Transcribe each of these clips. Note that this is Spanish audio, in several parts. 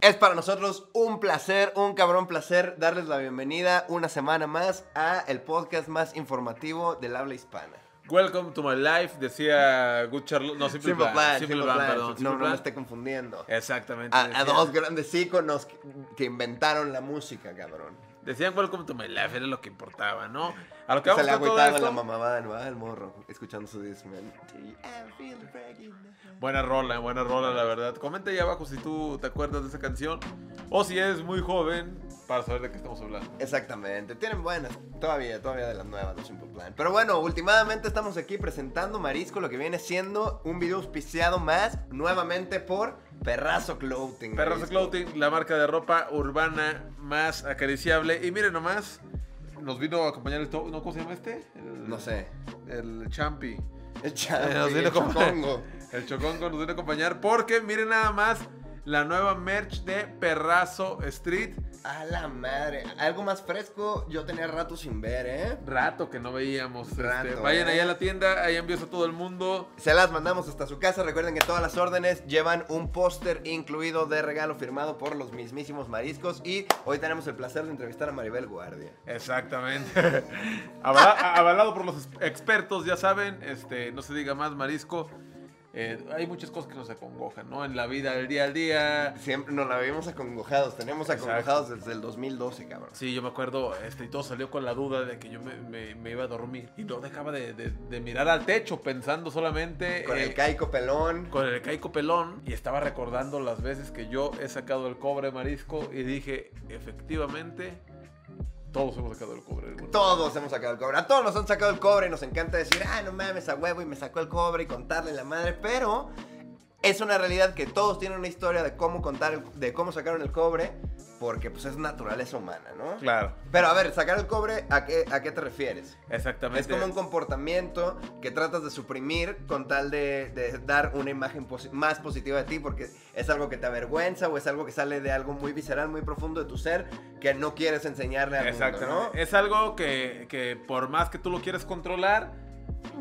Es para nosotros un placer, un cabrón placer darles la bienvenida una semana más a el podcast más informativo del habla hispana. Welcome to my life, decía Good Charlotte. No, Simple, Plan. Simple Plan, perdón. no, Simple no Plan. me esté confundiendo. Exactamente. A, a Eh, decía- dos grandes íconos que- que inventaron la música, cabrón. Decían Welcome to my life, era lo que importaba, ¿no? A lo que Que se vamos le con todo agüitaba la esto. mamá ¿no? al morro, escuchando su Discman. I feel breaking down. Buena rola, buena rola, la verdad. Comenta ahí abajo si tú te acuerdas de esa canción o si eres muy joven para saber de qué estamos hablando. Exactamente, tienen buenas, todavía, todavía de las nuevas de Simple Plan. Pero bueno, últimamente estamos aquí presentando Marisco, lo que viene siendo un video auspiciado más, nuevamente por Perrazo Clothing. Perrazo Marisco. Clothing, la marca de ropa urbana más acariciable. Y miren nomás, nos vino a acompañar el... to- ¿no? ¿Cómo se llama este? El- No sé. Eh, El Champi. El champi, nos viene el como- chocongo. El Chocongo nos viene a acompañar porque miren nada más la nueva merch de Perrazo Street. A la madre, algo más fresco yo tenía rato sin ver, ¿eh? Rato que no veíamos. este, Rato, vayan ¿eh? ahí a la tienda, ahí envíos a todo el mundo. Se las mandamos hasta su casa. Recuerden que todas las órdenes llevan un póster incluido de regalo firmado por los mismísimos mariscos. Y hoy tenemos el placer de entrevistar a Maribel Guardia. Exactamente. Avala- a- avalado por los ex- expertos, ya saben, este, no se diga más marisco. Eh, hay muchas cosas que nos acongojan, ¿no? En la vida, el día al día. Siempre nos la vimos acongojados. Tenemos Exacto. acongojados desde el 2012, cabrón. Sí, yo me acuerdo, este, y todo salió con la duda de que yo me, me- me iba a dormir. Y no dejaba de, de- de mirar al techo pensando solamente Con el eh, caico pelón. con el caico pelón y estaba recordando las veces que yo he sacado el cobre marisco y dije, efectivamente, todos hemos sacado el cobre. alguna vez. Todos hemos sacado el cobre. A todos nos han sacado el cobre y nos encanta decir, ah, no mames, a huevo y me sacó el cobre y contarle la madre. Pero es una realidad que todos tienen una historia de cómo contar, el- de cómo sacaron el cobre, porque pues es naturaleza humana, ¿no? Claro, Pero a ver, sacar el cobre, ¿a qué, a qué te refieres? exactamente. Es como un comportamiento que tratas de suprimir con tal de, de dar una imagen posi- más positiva de ti, porque es algo que te avergüenza o es algo que sale de algo muy visceral, muy profundo de tu ser, que no quieres enseñarle al mundo, Exactamente. ¿no? Es algo que, que por más que tú lo quieres controlar,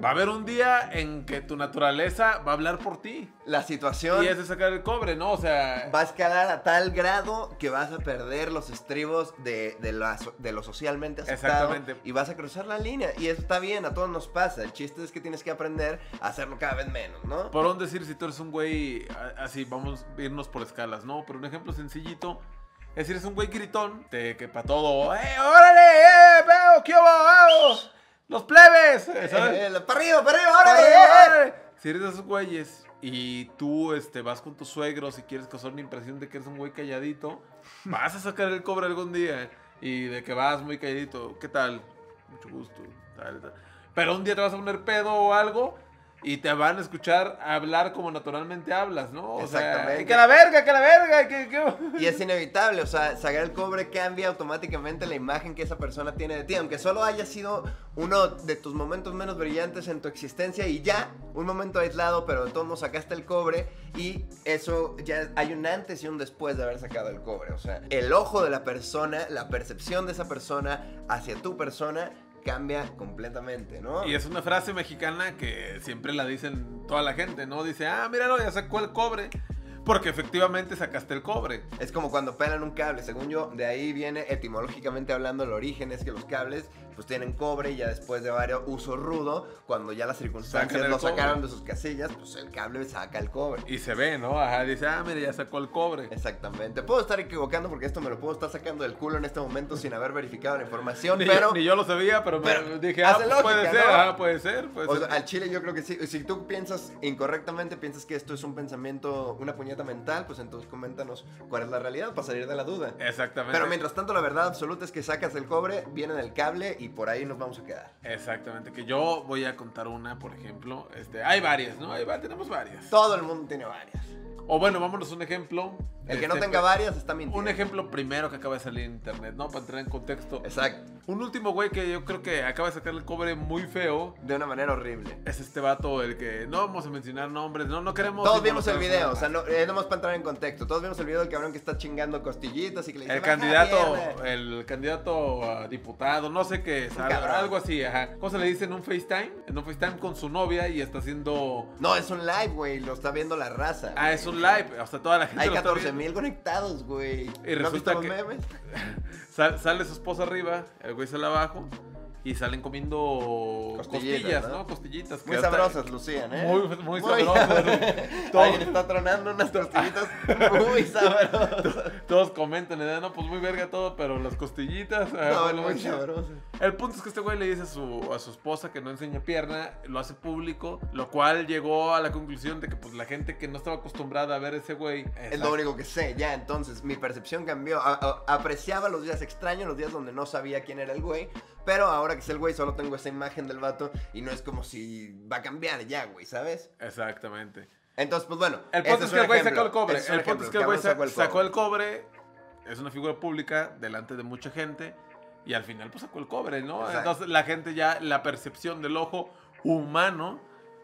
va a haber un día en que tu naturaleza va a hablar por ti. La situación Y es de sacar el cobre, ¿no? O sea, va a escalar a tal grado que vas a perder los estribos de, de, la so- de lo socialmente aceptado Exactamente. y vas a cruzar la línea. Y eso está bien, a todos nos pasa. El chiste es que tienes que aprender a hacerlo cada vez menos, ¿no? por un decir, si tú eres un güey a- así, vamos a irnos por escalas, ¿no? Pero un ejemplo sencillito. Es decir, es un güey gritón, te, que para todo, ¡eh, órale! ¡eh, veo, qué hubo, vamos! ¡Los plebes! Pues, ¿sabes? Eh, ¡Para arriba, para arriba, ahora! ¡Órale, eh, eh! órale! Si eres de esos güeyes y tú este, vas con tus suegros y quieres causar una impresión de que eres un güey calladito, vas a sacar el cobre algún día ¿eh? y de que vas muy calladito. ¿Qué tal? Mucho gusto. tal, tal. Pero un día te vas a poner pedo o algo y te van a escuchar hablar como naturalmente hablas, ¿no? O sea, Exactamente. que la verga, que la verga, que... que... Y es inevitable, o sea, sacar el cobre cambia automáticamente la imagen que esa persona tiene de ti, aunque solo haya sido uno de tus momentos menos brillantes en tu existencia y ya, un momento aislado, pero de todos modos sacaste el cobre y eso ya hay un antes y un después de haber sacado el cobre, o sea, el ojo de la persona, la percepción de esa persona hacia tu persona cambia completamente, ¿no? Y es una frase mexicana que siempre la dicen toda la gente, ¿no? Dice, ah, míralo, ya sacó el cobre. Porque efectivamente sacaste el cobre. Es como cuando pelan un cable, según yo, de ahí viene etimológicamente hablando el origen, es que los cables pues tienen cobre y ya después de varios usos rudo, cuando ya las Sacan circunstancias el lo sacaron cobre. de sus casillas, pues el cable saca el cobre. Y se ve, ¿no? Ajá, dice, ah, mira, ya sacó el cobre. Exactamente. Puedo estar equivocando porque esto me lo puedo estar sacando del culo en este momento sin haber verificado la información, Ni, pero... ni yo lo sabía, pero, me- pero dije, ah, hace pues puede lógica, ser, ¿no? ajá, puede ser, puede O ser. sea, al chile yo creo que sí. Si tú piensas incorrectamente, piensas que esto es un pensamiento, una puñeta mental, pues entonces coméntanos cuál es la realidad para salir de la duda. Exactamente. Pero mientras tanto, la verdad absoluta es que sacas el cobre, viene del cable y por ahí nos vamos a quedar. Exactamente, que yo voy a contar una, por ejemplo. Este, hay varias, ¿no? Hay, va- tenemos varias. Todo el mundo tiene varias. O bueno, vámonos a un ejemplo. El que Este, no tenga varias está mintiendo. Un ejemplo primero que acaba de salir en internet, ¿no? Para entrar en contexto. Exacto. Un último güey que yo creo que acaba de sacar el cobre muy feo. De una manera horrible. Es este vato el que no vamos a mencionar nombres, no, no queremos. Todos vimos el involucrarnos video, en o sea, nada. no, eh, nomás para entrar en contexto. Todos vimos el video del cabrón que está chingando costillitas y que le dice, El "Baja la candidato, mierda". el candidato a diputado, no sé qué, es, al- cabrón. algo así, ajá. ¿Cómo se le dice en un FaceTime? En un FaceTime con su novia y está haciendo... No, es un live, güey, lo está viendo la raza. Ah, es un un live, o sea, toda la gente Hay lo está 14 viendo. mil conectados, güey. Y ¿No has resulta visto los que- memes? Sal- sale su esposa arriba, el güey sale abajo y salen comiendo Costillitas, costillas, ¿no? ¿no? Costillitas. que Muy hasta- sabrosas, lucían, ¿eh? Muy, muy, sabrosas. ¿no? Todos, Alguien está tronando unas tortillitas muy sabrosas. todos comentan, ¿eh? no, pues muy verga todo, pero las costillitas. ah, No, bueno, muy mucho. sabrosas. El punto es que este güey le dice a su, a su esposa que no enseña pierna, lo hace público, lo cual llegó a la conclusión de que pues la gente que no estaba acostumbrada a ver ese güey... Es lo único que sé, ya, entonces mi percepción cambió. A- a- apreciaba los días extraños, los días donde no sabía quién era el güey, pero ahora que es el güey solo tengo esa imagen del vato y no es como si va a cambiar ya, güey, ¿sabes? Exactamente. Entonces, pues bueno. El ese punto es que el un güey sacó ejemplo, el cobre. ese un El punto ejemplo, es que el güey sa- cabrón sacó el, cobre. cobre. Es una figura pública delante de mucha gente. Y al final, pues sacó el cobre, ¿no? Exacto. Entonces la gente ya, la percepción del ojo humano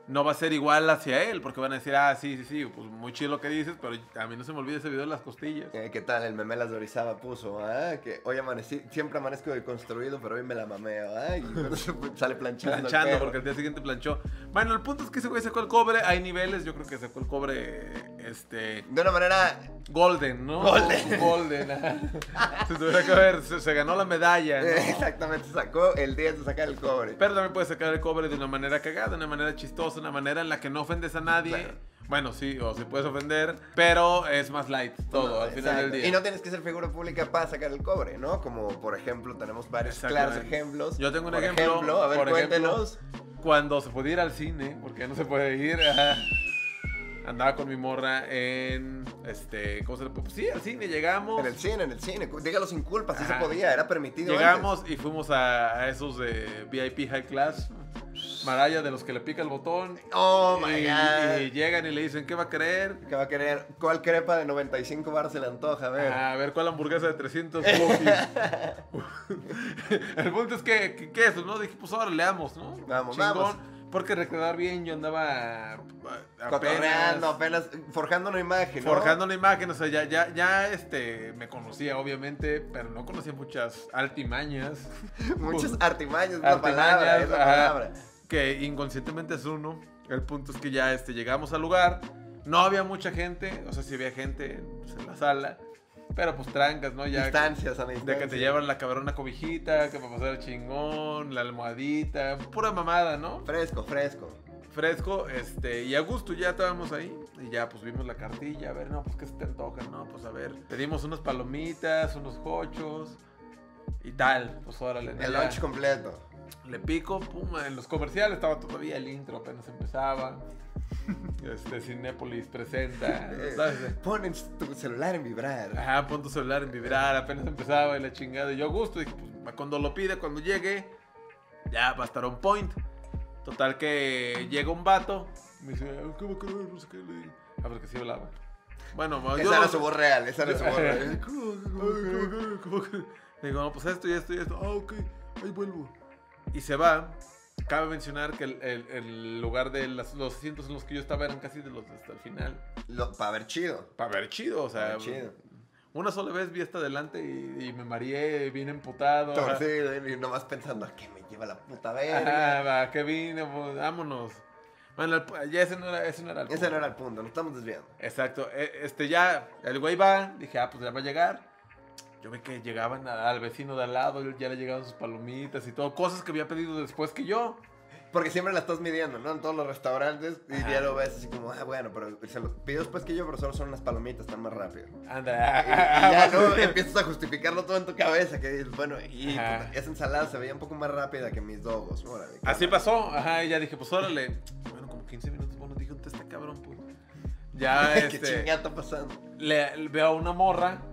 no va a ser igual hacia él. Porque van a decir, ah, sí, sí, sí, pues muy chido lo que dices, pero a mí no se me olvida ese video de las costillas. Eh, ¿Qué tal? El memelas de Orizaba puso, ah, que hoy amanecí, siempre amanezco deconstruido, pero hoy me la mameo, ah, y sale planchando. el Planchando, perro. porque el día siguiente planchó. Bueno, el punto es que ese güey sacó el cobre. Hay niveles, yo creo que sacó el cobre, este, De una manera, golden, ¿no? Golden. Golden. ajá. se tuviera que ver, se, se ganó la medalla, ¿no? eh, exactamente, sacó el día de sacar el cobre. Pero también puedes sacar el cobre de una manera cagada, de una manera chistosa, de una manera en la que no ofendes a nadie. Claro. Bueno, sí, o si puedes ofender, pero es más light todo No, al final del exacto. día. Y no tienes que ser figura pública para sacar el cobre, ¿no? Como por ejemplo, tenemos varios claros Exactamente. ejemplos. Yo tengo un Por ejemplo, A ver, por ejemplo, cuéntenos. Cuando se podía ir al cine, porque ya no se puede ir, ajá, andaba con mi morra en, este, ¿cómo se le puede? Pues sí, al cine llegamos. En el cine, en el cine. cu- Dígalo sin culpa, sí se Ajá. podía, era permitido. Llegamos y fuimos a, a esos de VIP High Class. Maraya de los que le pica el botón. antes. Oh my y, god. y llegan y le dicen, ¿qué va a querer? ¿Qué va a querer? ¿Cuál crepa de 95 bar se le antoja? A ver. A ver cuál hamburguesa de 300 cookies. el punto es que, que, que eso, ¿no? Dije, pues ahora leamos, ¿no? Vamos, vamos. Porque recordar bien, yo andaba a- Cotorreando, apenas apenas forjando una imagen. ¿no? forjando una imagen, o sea, ya, ya, ya, este, me conocía obviamente, pero no conocía muchas altimañas. Muchos Pues, artimañas, es la Artimañas, palabra, es la ajá. palabra. que inconscientemente es uno. El punto es que ya este, llegamos al lugar, no había mucha gente, o sea, sí había gente pues, en la sala, pero pues trancas, ¿no? Ya Distancias a la de distancia. que te llevan la cabrona cobijita, que va a pasar el chingón, la almohadita, pura mamada, ¿no? Fresco, fresco. Fresco, este, y a gusto ya estábamos ahí, y ya pues vimos la cartilla, a ver, no, pues que se te antoja, no, pues a ver, pedimos unas palomitas, unos cochos, y tal, pues órale. ¿no? El Ya. lunch completo. Le pico, pum, en los comerciales estaba todavía el intro, apenas empezaba. Este, Cinépolis presenta. ¿sabes? Eh, Ponen tu celular en vibrar. Ajá, pon tu celular en vibrar, apenas empezaba y la chingada. Y yo a gusto, dije, pues, cuando lo pida, cuando llegue, ya va a estar on point. Total que llega un vato, me dice, "Ah, ¿qué va a querer? No sé qué", le digo. Ah, porque sí hablaba. Bueno, yo Esa no- era su voz real, esa ¿eh? era su voz real. Ay, ¿cómo que? Le digo, no, pues esto y esto y esto. Ah, ok, ahí vuelvo. Y se va. Cabe mencionar que el, el- el lugar de las- los asientos en los que yo estaba eran casi de los hasta el final. Lo, para ver chido. Para ver chido, o sea. Para ver chido. Una sola vez vi hasta adelante y, y me mareé, bien emputado. ajá. Torcido, y nomás pensando, ¿a qué me lleva la puta verga? Ajá, va, que vine, pues, vámonos. Bueno, el pu- ya ese no era, ese no era el Ese punto. no era el punto, nos estamos desviando. Exacto. e- Este ya, el güey va, dije, ah, pues ya va a llegar. Yo vi que llegaban a- al vecino de al lado, ya le llegaban sus palomitas y todo, cosas que había pedido después que yo. Porque siempre la estás midiendo, ¿no? En todos los restaurantes y Ajá. ya lo ves así como, ah, bueno, pero se los pido después que yo, pero solo son unas palomitas, están más rápido. Anda, Ah, Y Ah, ya, ¿no? ajá, Empiezas a justificarlo todo en tu cabeza, que dices, bueno, y Ajá. puta, esa ensalada se veía un poco más rápida que mis dogos. órale. Así pasó, ajá, y ya dije, pues órale. Bueno, como 15 minutos, bueno, dije, ¿dónde está cabrón, pues? Ya, ¿Qué este, chingada está pasando? le, le veo a una morra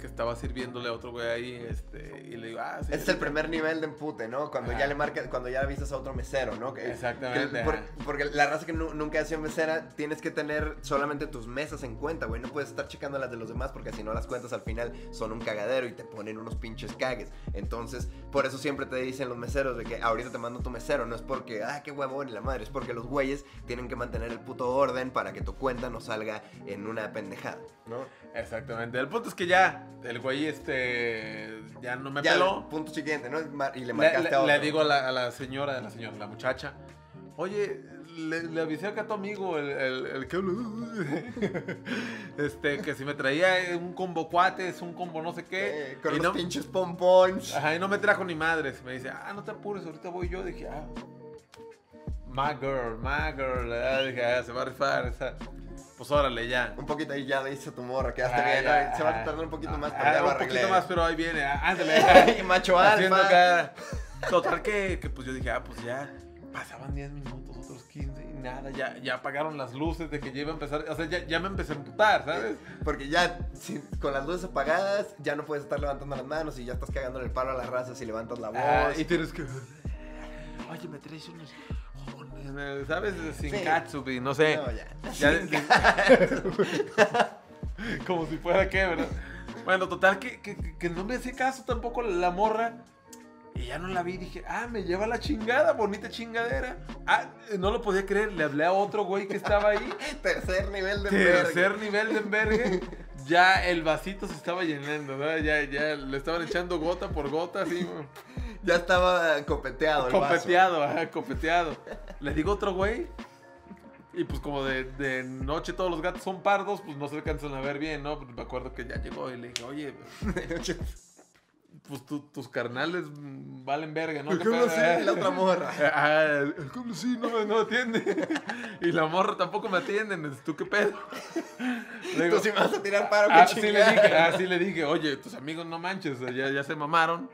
que estaba sirviéndole a otro güey ahí, este, y le digo, ah, sí. Ese es el primer nivel de empute, ¿no? Cuando Ajá. ya le marcas, cuando ya avisas a otro mesero, ¿no? Que- Exactamente, que- por- ajá. porque la raza que nu- nunca ha sido mesera, tienes que tener solamente tus mesas en cuenta, güey. No puedes estar checando las de los demás porque si no las cuentas al final son un cagadero y te ponen unos pinches cagues. Entonces, por eso siempre te dicen los meseros de que ahorita te mando tu mesero. No es porque, ah, qué huevón y la madre. Es porque los güeyes tienen que mantener el puto orden para que tu cuenta no salga en una pendejada, ¿no? Exactamente. El punto es que ya, el güey, este, ya no me ya, peló. punto siguiente, ¿no? Mar- Y le Le, marcaste le- a otro. le digo a la, a la señora, a la señora, a la muchacha, oye, le, le avisé acá a tu amigo, el, el, el que Este, que si me traía un combo cuates, un combo no sé qué. Eh, con y los no, pinches pompons. ajá, y no me trajo ni madres. Me dice, ah, no te apures, ahorita voy yo. Dije, ah, my girl, my girl. Ah, dije, ah, se va a rifar esa. Pues órale, ya. Un poquito ahí ya le hice tu morra, quedaste Ah, bien. ya. ay, Se va a tardar un poquito más, pero Ah, ya lo un poquito arreglé. más, pero ahí viene. ah, Ándale. y macho haciendo alfa. acá. Total que, que, pues yo dije, ah, pues ya pasaban 10 minutos, otros 15 y nada, ya, ya apagaron las luces de que ya iba a empezar, o sea, ya, ya me empecé a emputar, ¿sabes? Porque ya si- con las luces apagadas ya no puedes estar levantando las manos y ya estás cagando el palo a las razas si levantas la voz. Ah, y tienes que... Oye, me traes unos... jabones", ¿Sabes? Sin Sí. katsubi, no sé. No, ya. eh, Ya de- de- Como si fuera que, ¿verdad? Bueno, total, que, que, que no me hacía caso tampoco la morra. Y ya no la vi, dije, ah, me lleva la chingada, bonita chingadera. Ah, no lo podía creer, le hablé a otro güey que estaba ahí. Tercer nivel de verga. Tercer nivel de envergue. Ya el vasito se estaba llenando, ¿verdad? Ya, ya le estaban echando gota por gota, así. Ya estaba copeteado el vaso. Copeteado, ajá, copeteado. Le digo otro güey. Y pues como de, de noche todos los gatos son pardos, pues no se alcanzan a ver bien, ¿no? Pues Me acuerdo que ya llegó y le dije, oye, pues tu- tus carnales mm, valen verga, ¿no? ¿Qué pedo, hablo así? eh? La otra morra. Ah, el culo sí no me no me atiende. Y la morra tampoco me atienden. ¿Tú qué pedo? Le digo, Tú sí me vas a tirar paro, Ah, qué sí le chingada. dije, ah, sí le dije, oye, tus amigos no manches, ya, ya se mamaron.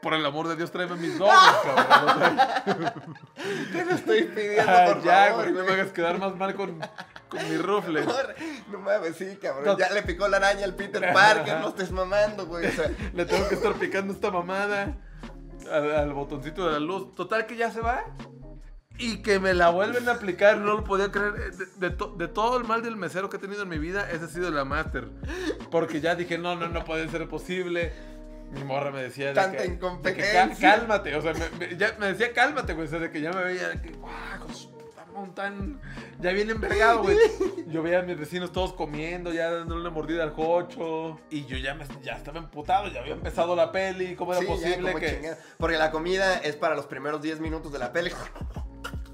Por el amor de Dios, tráeme mis dobles, cabrón. O sea, Te lo estoy pidiendo, ah, por ya, favor. güey, no me hagas quedar más mal con, con mi rufle. Por- No mames, sí, cabrón. No. Ya le picó la araña al Peter Parker, Ajá. no estés mamando, güey. O sea, Le tengo que estar picando esta mamada al, al botoncito de la luz. Total que ya se va. Y que me la vuelven a aplicar, no lo podía creer. Eh, De, de to- de todo el mal del mesero que he tenido en mi vida, esa ha sido la máster. Porque ya dije, no, no, no puede ser posible. Mi morra me decía... de Tanta que- de que cal- incompetencia. cálmate, o sea, me, me- ya me decía cálmate, güey. O sea, de que ya me veía... de Que, "Guau, con su puta mon- tan- Ya bien envergado, güey. Yo veía a mis vecinos todos comiendo, ya dándole una mordida al cocho. Y yo ya, me, ya estaba emputado, ya había empezado la peli. ¿Cómo era sí, ya, posible como que...? chingada. Porque la comida es para los primeros 10 minutos de la peli.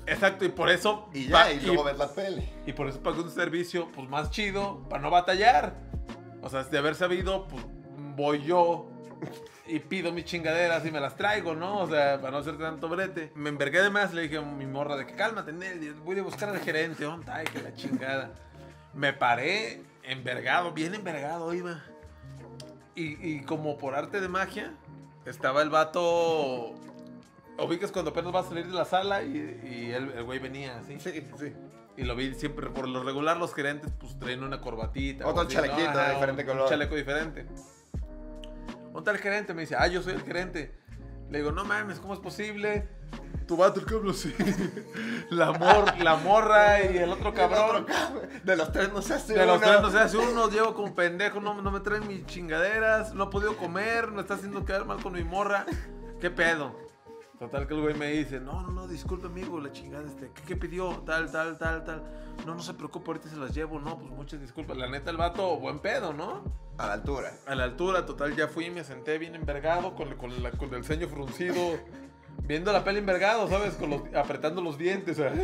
Exacto, y por eso... Y pa- ya, y luego ves la peli. Y por eso pagué un servicio pues más chido para no batallar. O sea, de haber sabido, pues voy yo y pido mis chingaderas y me las traigo, ¿no? O sea, para no hacer tanto brete. Me envergué de más, le dije a mi morra de que cálmate, Nelly, voy a buscar al gerente, ¿dónde está? Ay, que la chingada. Me paré envergado, bien envergado iba. Y, y como por arte de magia, estaba el vato... Ubicas cuando apenas vas a salir de la sala y, y el, el güey venía así. Sí, sí. Y lo vi siempre, por lo regular los gerentes pues traen una corbatita. Otro o así, chalequito de Ajá, diferente un, color. Un chaleco diferente. Un tal gerente me dice, ah, yo soy el gerente. Le digo, no mames, ¿cómo es posible? Tu vato, el cablo, sí. la, mor- la morra y el otro Cabrón, cabrón. de los tres no se hace De los uno. tres no se hace uno, llevo como pendejo, no, no me traen mis chingaderas, no he podido comer, me está haciendo quedar mal con mi morra. ¿Qué pedo? Total que el güey me dice, no, no, no, disculpe amigo, la chingada este, ¿qué, qué pidió? Tal, tal, tal, tal. No, no se preocupe, ahorita se las llevo, no, pues muchas disculpas. La neta, el vato, buen pedo, ¿no? A la altura. A la altura, total, ya fui y me senté bien envergado, con, con, la- con el ceño fruncido, viendo la peli envergado, ¿sabes? Con los, apretando los dientes, ¿sabes?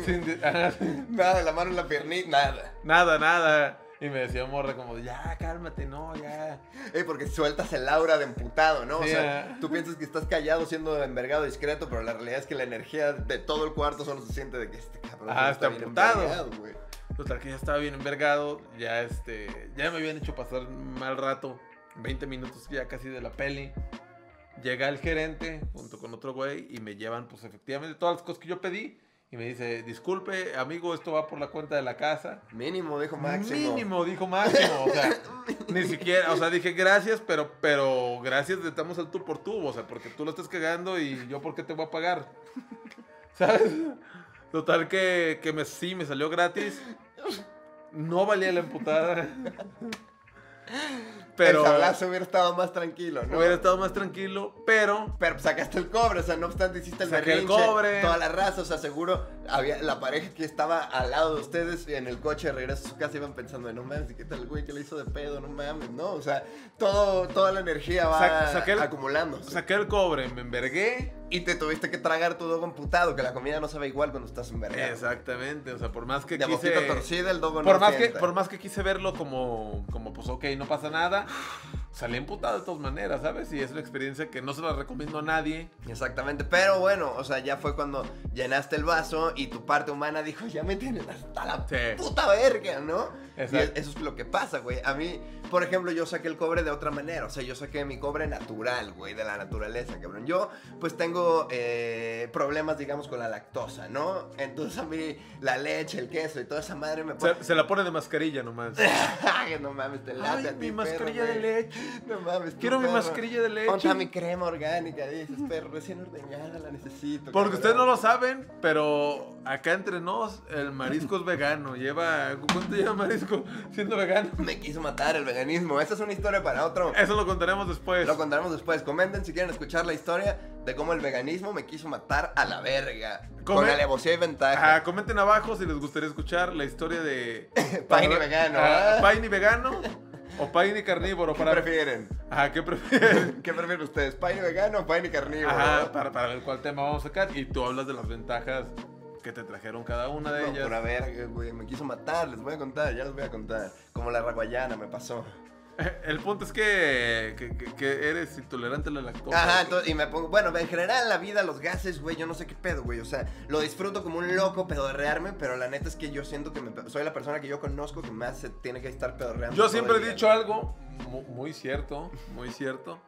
Sin de- ajá. Nada, de la mano en la piernita, nada. Nada, nada. Y me decía morra como, de, ya, cálmate, no, ya. Ey, porque sueltas el aura de emputado, ¿no? O Sí, sea, ah. tú piensas que estás callado siendo envergado discreto, pero la realidad es que la energía de todo el cuarto solo se siente de que este cabrón Ah, está bien emputado. envergado, güey. Total que ya estaba bien envergado, ya este, ya me habían hecho pasar mal rato, 20 minutos ya casi de la peli. Llega el gerente junto con otro güey y me llevan pues efectivamente todas las cosas que yo pedí y me dice, disculpe amigo, esto va por la cuenta de la casa. Mínimo, dijo Máximo. Mínimo, dijo máximo. O sea, ni siquiera, o sea, dije gracias, pero, pero gracias de estamos al tú por tú, o sea, porque tú lo estás cagando y yo por qué te voy a pagar. ¿Sabes? Total que, que me, sí, me salió gratis. No valía la emputada. Pero El sablazo hubiera estado más tranquilo, ¿no? hubiera estado más tranquilo, pero Pero sacaste el pues, cobre, o sea, no obstante hiciste el Saqué el berrinche, cobre. Toda la raza, o sea, seguro había la pareja que estaba al lado de ustedes y en el coche de regreso a su casa iban pensando, no mames, ¿qué tal el güey que le hizo de pedo? No mames, no, o sea, todo, toda la energía va Sa- saqué el- acumulando. Saqué el cobre, me envergué. y te tuviste que tragar todo computado, que la comida no sabe igual cuando estás en verdad. Exactamente, o sea, por más que De quise... boquita torcida el dogo Por no más, que, sienta. por más que quise verlo como, como, pues, ok, no pasa nada, salí emputado de todas maneras, ¿sabes? Y es una experiencia que no se la recomiendo a nadie. Exactamente, pero bueno, o sea, ya fue cuando llenaste el vaso y tu parte humana dijo, ya me tienen hasta la Sí. puta verga, ¿no? Exacto. Y es- eso es lo que pasa, güey. A mí, por ejemplo, yo saqué el cobre de otra manera, o sea, yo saqué mi cobre natural, güey, de la naturaleza, cabrón. Yo, pues tengo eh, problemas, digamos, con la lactosa, ¿no? Entonces a mí la leche, el queso y toda esa madre me pone... Se, se la pone de mascarilla nomás. Ay, no mames, te late a ti, perro, güey. leche. No mames, tú, Quiero mi perro. mascarilla de Ponte a mi leche. crema orgánica, dices, perro, recién ordeñada, la necesito. Porque usted ustedes no lo saben, pero acá entre nos el marisco es vegano. Lleva, ¿cuánto lleva marisco siendo vegano? Me quiso matar el veganismo. Esa es una historia para otro. Eso lo contaremos después. Lo contaremos después. Comenten si quieren escuchar la historia de cómo el veganismo me quiso matar a la verga. Con Come- alevosía y ventaja. Ajá, comenten abajo si les gustaría escuchar la historia de Paine vegano, Ajá, ¿ah? Paine vegano o Paine carnívoro ¿Qué para prefieren? Ajá, ¿qué prefieren? ¿Qué prefieren ustedes? ¿Paine vegano o paine carnívoro? Ajá, para, para ver cuál tema vamos a sacar y tú hablas de las ventajas que te trajeron cada una de No, ellas. pura verga, güey. Me quiso matar. Les voy a contar, ya les voy a contar. Como la raguayana me pasó. El punto es que, que- que- que eres intolerante a la lactosa. Ajá, entonces, y me pongo. Bueno, en general, la vida, los gases, güey, yo no sé qué pedo, güey. O sea, lo disfruto como un loco pedorrearme, pero la neta es que yo siento que me- soy la persona que yo conozco que más se tiene que estar pedorreando. Yo todo siempre el he día, dicho algo mu- muy cierto, muy cierto,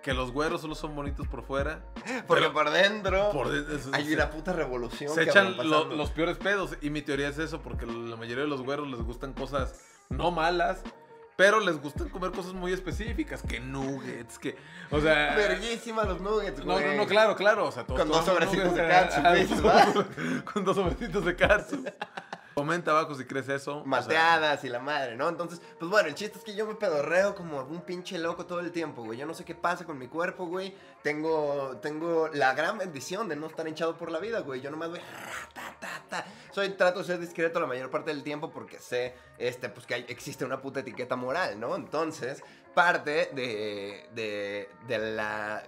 que los güeros solo son bonitos por fuera. güey. Porque por dentro Por de- es- hay se- una puta revolución. se que echan va lo- pasando. los peores pedos. Y mi teoría es eso, porque la mayoría de los güeros les gustan cosas no malas, pero les gustan comer cosas muy específicas, que nuggets, que... O sea... Verguísima los nuggets, No, güey. no, no, claro, claro. O sea, todos Con dos tomamos sobrecitos nuggets, de ajá, catsup, ajá, dices, Con dos sobrecitos de catsup. Comenta abajo si crees eso. o sea, Mateadas y la madre, ¿no? Entonces, pues bueno, el chiste es que yo me pedorreo como un pinche loco todo el tiempo, güey. Yo no sé qué pasa con mi cuerpo, güey. Tengo, tengo la gran bendición de no estar hinchado por la vida, güey. Yo nomás voy... ra, ta, ta, ta. Soy, trato de ser discreto la mayor parte del tiempo porque sé, este, pues que hay- existe una puta etiqueta moral, ¿no? Entonces, parte de, de, de la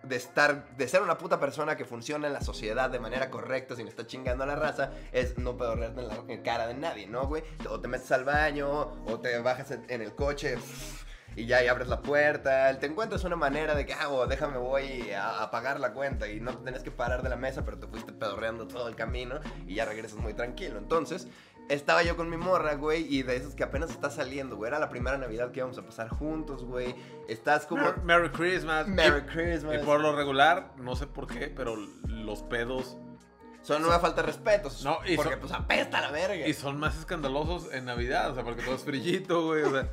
de estar, de ser una puta persona que funciona en la sociedad de manera correcta sin estar chingando a la raza, es no pedorrearte en la en cara de nadie, ¿no, güey? O te metes al baño, o te bajas en, en el coche y ya y abres la puerta, te encuentras una manera de que, ah, o déjame voy a, a pagar la cuenta y no te tenés que parar de la mesa, pero te fuiste pedorreando todo el camino y ya regresas muy tranquilo. Entonces, estaba yo con mi morra, güey, y de esos que apenas está saliendo, güey, era la primera Navidad que íbamos a pasar juntos, güey. Estás como... Mer- Merry Christmas. Merry Y- Christmas. Y por lo regular, no sé por qué, pero los pedos Son una falta de respeto. No, y porque son- pues apesta la verga. y son más escandalosos en Navidad, o sea, porque todo es frillito, güey, o sea,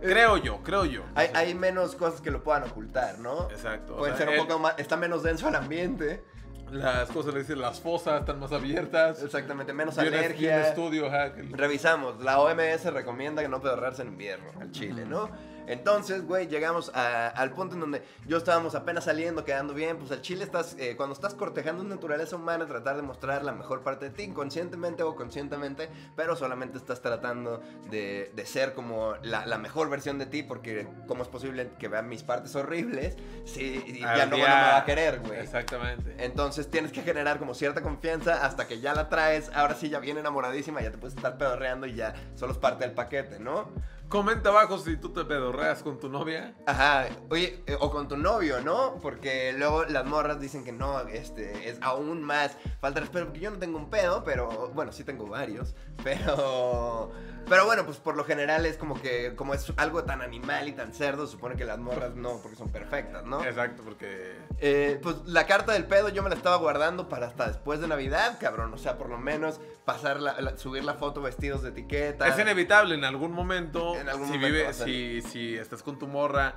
creo yo, creo yo. no hay, sé. hay menos cosas que lo puedan ocultar, ¿no? Exacto. o Pueden sea, ser un el- poco más. Está menos denso el ambiente. Las cosas, le dicen, las fosas están más abiertas. Exactamente, menos Y un- y un alergia. estudio, ajá, que- Revisamos, la OMS recomienda que no pedorrarse en invierno al Chile, ¿no? Entonces, güey, llegamos a- al punto en donde yo estábamos apenas saliendo, quedando bien. Pues al Chile estás, eh, cuando estás cortejando una naturaleza humana, tratar de mostrar la mejor parte de ti, inconscientemente o conscientemente, pero solamente estás tratando de, de ser como la, la mejor versión de ti, porque ¿cómo es posible que vean mis partes horribles si y ya no, no me va a querer, güey? Exactamente. Entonces tienes que generar como cierta confianza hasta que ya la traes. Ahora sí, ya bien enamoradísima, ya te puedes estar pedorreando y ya solo es parte del paquete, ¿no? Comenta abajo si tú te pedorreas con tu novia. Ajá, oye, eh, o con tu novio, ¿no? Porque luego las morras dicen que no, este, es aún más falta de respeto, porque yo no tengo un pedo, pero, bueno, sí tengo varios, pero, pero bueno, pues por lo general es como que, como es algo tan animal y tan cerdo, se supone que las morras no, porque son perfectas, ¿no? Exacto, porque Eh, pues la carta del pedo yo me la estaba guardando para hasta después de Navidad, cabrón. O sea, por lo menos pasar la- la- subir la foto vestidos de etiqueta. es inevitable en algún momento. En algún si momento va a vive, ser. si, si estás con tu morra,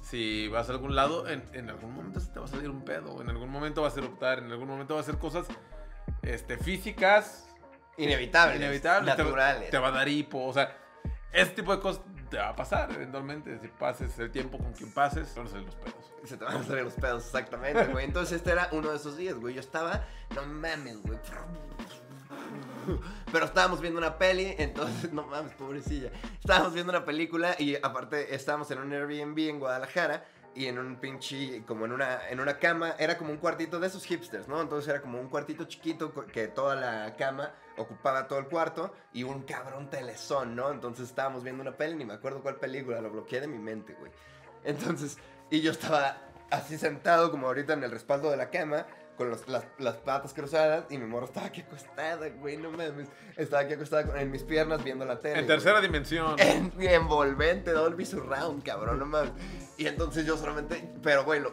si vas a algún lado, en, en algún momento se te va a salir un pedo. En algún momento vas a optar, en algún momento va a ser cosas este, físicas, Inevitables. inevitables. Te- Naturales. Te, va a dar hipo. O sea, ese tipo de cosas te va a pasar eventualmente. Si pases el tiempo con quien pases, te van a salir los pedos. Se te van a salir los pedos, exactamente, güey. Entonces este era uno de esos días, güey. Yo estaba, no mames, güey. Pero estábamos viendo una peli, entonces, no mames, pobrecilla. Estábamos viendo una película y aparte estábamos en un Airbnb en Guadalajara y en un pinche, como en una, en una cama, era como un cuartito de esos hipsters, ¿no? Entonces era como un cuartito chiquito co- que toda la cama ocupaba todo el cuarto y un cabrón telezón, ¿no? Entonces estábamos viendo una peli, ni me acuerdo cuál película, lo bloqueé de mi mente, güey. Entonces, y yo estaba así sentado como ahorita en el respaldo de la cama. Con los- las, las patas cruzadas y mi morro estaba aquí acostada, güey, no mames. Estaba aquí acostada con- en mis piernas viendo la tele. En güey. tercera dimensión. En- envolvente, Dolby Surround, cabrón, no mames. Y entonces yo solamente, pero bueno.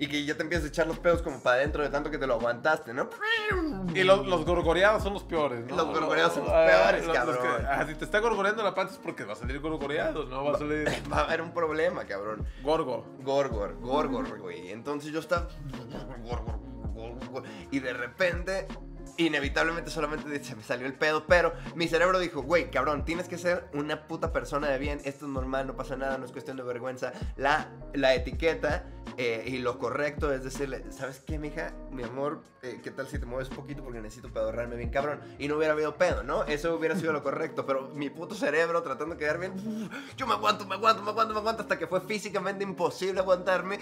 Y que ya te empiezas a echar los pedos como para adentro de tanto que te lo aguantaste, ¿no? Y los, los gorgoreados son los peores, ¿no? Los gorgoreados son los Ah, peores, los- los que- cabrón. ah, si te está gorgoreando la pata es porque va a salir gorgoreado, no va a salir Va a haber un problema, cabrón. gorgo. Gorgor, gorgor, güey. Entonces yo estaba. gorgor, gorgor, Y de repente, inevitablemente solamente se me salió el pedo. Pero mi cerebro dijo, güey, cabrón, tienes que ser una puta persona de bien. Esto es normal, no pasa nada, no es cuestión de vergüenza. La, la etiqueta eh, y lo correcto es decirle, ¿sabes qué, mija? Mi amor, eh, ¿qué tal si te mueves un poquito? Porque necesito pedorrarme bien, cabrón. Y no hubiera habido pedo, ¿no? Eso hubiera sido lo correcto. Pero mi puto cerebro tratando de quedar bien, yo me aguanto, me aguanto, me aguanto, me aguanto. Hasta que fue físicamente imposible aguantarme.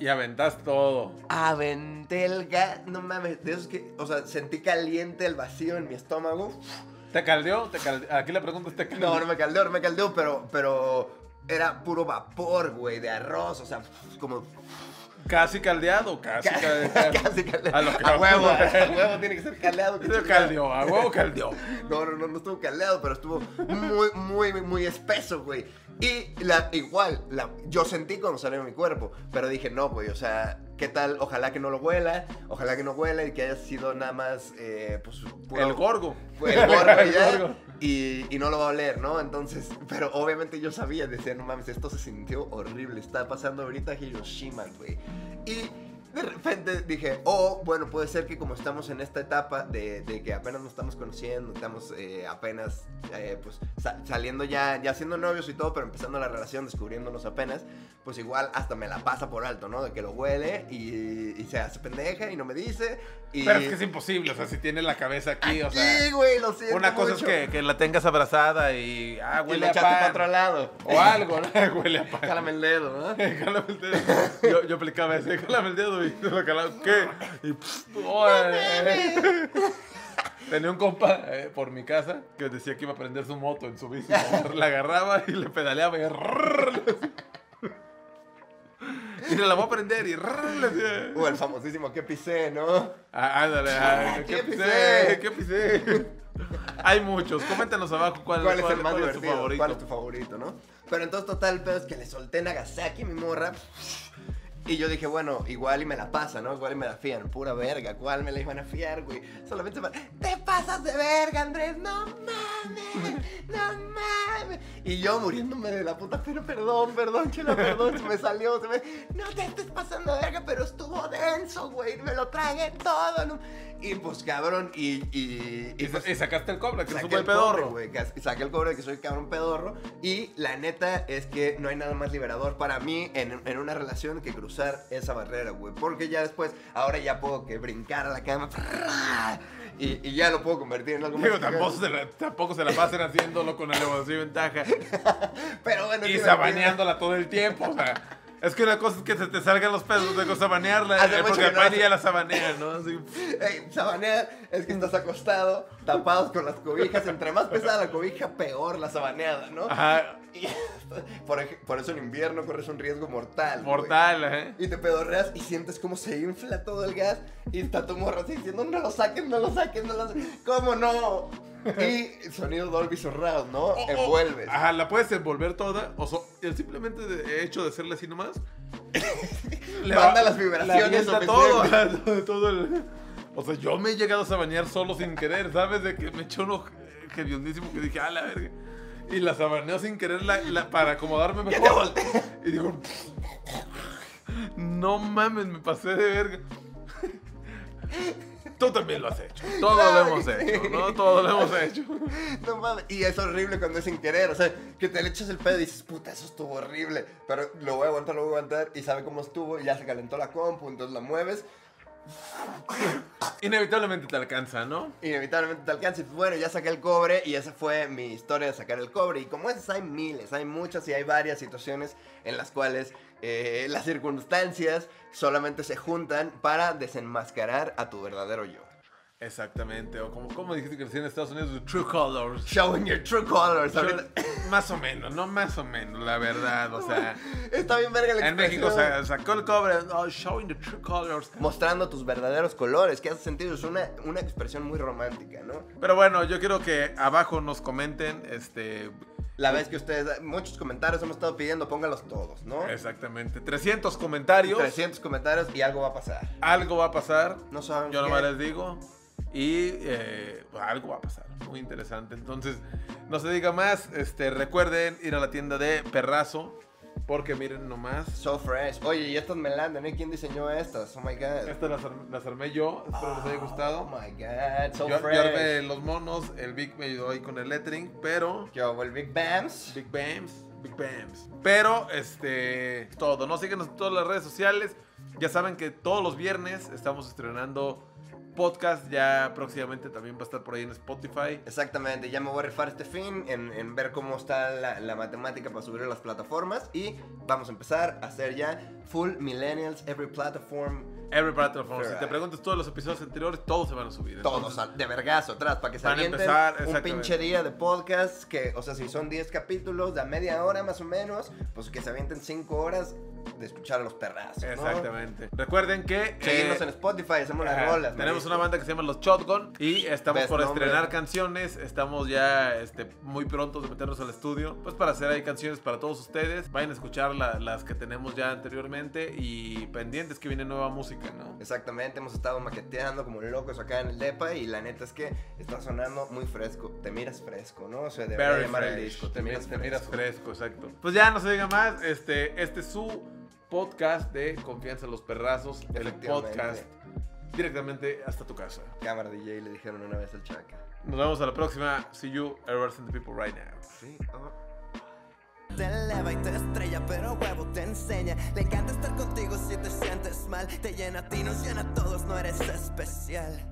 Y aventas todo. Aventé el gas, no mames, de esos que, o sea, sentí caliente el vacío en mi estómago. ¿Te caldeó? ¿Te caldeó? Aquí la pregunta es, ¿te caldeó? No, no me caldeó, no me caldeó, pero, pero era puro vapor, güey, de arroz, o sea, como Casi caldeado, casi caldeado. casi caldeado. A lo que A huevo, a Casi huevo tiene que ser caldeado. qué chingada. caldeó, a huevo caldeó. No, no, no, no estuvo caldeado, pero estuvo muy, muy, muy espeso, güey. Y la, igual, la, yo sentí cuando salió de mi cuerpo, pero dije, no, güey, o sea, ¿qué tal? Ojalá que no lo huela, ojalá que no huela y que haya sido nada más, eh, pues, puro- El gorgo. Fue el gorgo El ya, gorgo. Y, y no lo va a oler, ¿no? Entonces, pero obviamente yo sabía, decía, no mames, esto se sintió horrible, está pasando ahorita Hiroshima, güey. Y de repente dije, oh, bueno, puede ser que como estamos en esta etapa de, de que apenas nos estamos conociendo, estamos eh, apenas, eh, pues, sa- saliendo ya, ya siendo novios y todo, pero empezando la relación, descubriéndonos apenas, pues igual hasta me la pasa por alto, ¿no? De que lo huele y, y se hace pendeja y no me dice. Y... Pero es que es imposible, o sea, si tiene la cabeza aquí, o Sí, sea. güey, lo siento Una cosa es mucho. que, que la tengas abrazada y. Ah, Y huele le a echaste para pan. otro lado. O algo, ¿no? Huele a pan. Jálame el dedo, ¿no? Jálame el dedo. Yo, yo aplicaba ese, jálame el dedo y te lo jalaba. ¿Qué? Y pss, órale. Tenía un compa eh, por mi casa que decía que iba a prender su moto en su bici. La agarraba y le pedaleaba y. rrrr. Y le la voy a prender y. rrrr, le hacía. O Uh, el famosísimo que pisé, ¿no? Ah, ándale, ah, ¿qué ¿Qué pisé? pisé? ¿Qué pisé? Hay muchos. Coméntanos abajo cuál, ¿Cuál es cuál- el más cuál es tu divertido? favorito. ¿Cuál es tu favorito, no? Pero entonces, total, el pedo es que le solté Nagasaki a mi morra. Y yo dije, bueno, igual y me la pasa, ¿no? Igual y me la fían. Pura verga, ¿cuál me la iban a fiar, güey? Solamente para... ¡Te pasas de verga, Andrés! ¡No mames! ¡No mames! Y yo muriéndome de la puta, pero perdón, perdón, chela, perdón, se me salió, se me... ¡No te estés pasando de verga, pero estuvo denso, güey! ¡Me lo tragué todo! ¿no? Y pues, cabrón, y... y, y Y, pues- sa- y sacaste el cobra, que es un Saqué buen el cobre, pedorro. güey. que- Saqué el cobre de que soy cabrón pedorro. Y la neta es que no hay nada más liberador para mí en, en una relación que cruzar esa barrera, güey. Porque ya después, ahora ya puedo que brincar a la cama. Y, y ya lo puedo convertir en algo más. Digo, tampoco se, la, tampoco se la pasen haciéndolo con elevación y ventaja Pero bueno, y es divertido. sabaneándola todo el tiempo. O sea, es que una cosa es que se te salgan los pedos, otra cosa es sabanearla. Hace eh, mucho porque que el no pan hace- ya la sabanea, ¿no? Así, Ey, sabanear es que estás acostado, tapados con las cobijas. Entre más pesada la cobija, peor la sabaneada, ¿no? ajá, Y- por, ej- por eso en invierno corres un riesgo mortal. güey. mortal, ¿eh? Y te pedorreas y sientes como se infla todo el gas y está tu morra así diciendo, no lo saquen, no lo saquen, no lo saquen. ¿Cómo no? Y sonido Dolby Surround, ¿no? O- o- Envuelves. Ajá, la puedes envolver toda. O so- el simplemente de- hecho de hacerle así nomás. va- Manda las vibraciones avienta todo, suficientes. todo, todo el- O sea, yo me he llegado a bañar solo sin querer, ¿sabes? De que me echó uno gediondísimo que dije, ah, la verga. Y la sabaneo sin querer la- la- para acomodarme Ya mejor. te volteé. Y digo, no mames, me pasé de verga. Tú también lo has hecho. Todo Claro lo hemos que hecho, sí. ¿no? Todo lo hemos hecho. No mames. Y es horrible cuando es sin querer. O sea, que te le echas el pedo y dices, puta, eso estuvo horrible. Pero lo voy a aguantar, lo voy a aguantar. Y sabe cómo estuvo. Y ya se calentó la compu. Entonces la mueves. Inevitablemente te alcanza, ¿no? Inevitablemente te alcanza. y dices, Bueno, ya saqué el cobre. Y esa fue mi historia de sacar el cobre. Y como esas hay miles, hay muchas y hay varias situaciones en las cuales eh, las circunstancias solamente se juntan para desenmascarar a tu verdadero yo. Exactamente. O como, como dijiste que recién en Estados Unidos, The True Colors. Showing your true colors. ahorita. Yo- más o menos, no más o menos, la verdad. O sea, Está bien verga la en México expresión. sa- sacó el cobre. "Oh, showing the true colors. mostrando tus verdaderos colores, que hace sentido, es una, una expresión muy romántica, ¿no? Pero bueno, yo quiero que abajo nos comenten, este, La vez que ustedes, muchos comentarios hemos estado pidiendo, póngalos todos, ¿no? exactamente, 300 comentarios. 300 comentarios y algo va a pasar. Algo va a pasar. No saben Yo qué. nomás les digo. Y eh, algo va a pasar. Muy interesante. Entonces, no se diga más. Este, recuerden ir a la tienda de Perrazo. Porque miren nomás. So fresh. Oye, y estas Melander, ¿eh? ¿Quién diseñó estas? Oh my god. Estas las, ar- las armé yo. Espero les haya Oh gustado. my god, so yo, yo armé fresh. los monos. El Big me ayudó ahí con el lettering. Pero. Yo, el Big Bams. Big Bams. Big Bams. Pero, este. es Todo, ¿no? Síguenos en todas las redes sociales. Ya saben que todos los viernes estamos estrenando podcast. Ya próximamente también va a estar por ahí en Spotify. Exactamente, ya me voy a rifar este fin en, en ver cómo está la, la matemática para subir a las plataformas y vamos a empezar a hacer ya full millennials, every platform, Every Platform. Si Right. te preguntas todos los episodios anteriores, todos se van a subir. todos Entonces, al- de vergazo atrás para que se Van a avienten empezar, un exactamente. pinche día de podcast que, o sea, si son 10 capítulos de a media hora más o menos, pues que se avienten 5 horas de escuchar a los perrazos, ¿no? Exactamente. Recuerden que. Seguirnos eh, en Spotify, hacemos las ajá, rolas. Tenemos marico. una banda que se llama Los Shotgun y estamos Best por nombre. estrenar canciones. Estamos ya este, muy pronto de meternos al estudio. Pues para hacer ahí canciones para todos ustedes. Vayan a escuchar la- las que tenemos ya anteriormente y pendientes que viene nueva música, ¿no? Exactamente, hemos estado maqueteando como locos acá en el DEPA y la neta es que está sonando muy fresco. Te miras fresco, ¿no? O sea, de Very llamar el fresh. disco. Te, Te miras miras, fresco. fresco, exacto. Pues ya no se diga más. Este, este es su podcast de Confianza en los Perrazos. El Efectivamente. podcast directamente hasta tu casa. Cámara DJ le dijeron una vez al chaca. Nos vemos a la próxima. See you, everyone's and the people right now. Sí, oh. Te eleva y te estrella, pero huevo te enseña. Le encanta estar contigo si te sientes mal. Te llena a ti, nos llena a todos, no eres especial.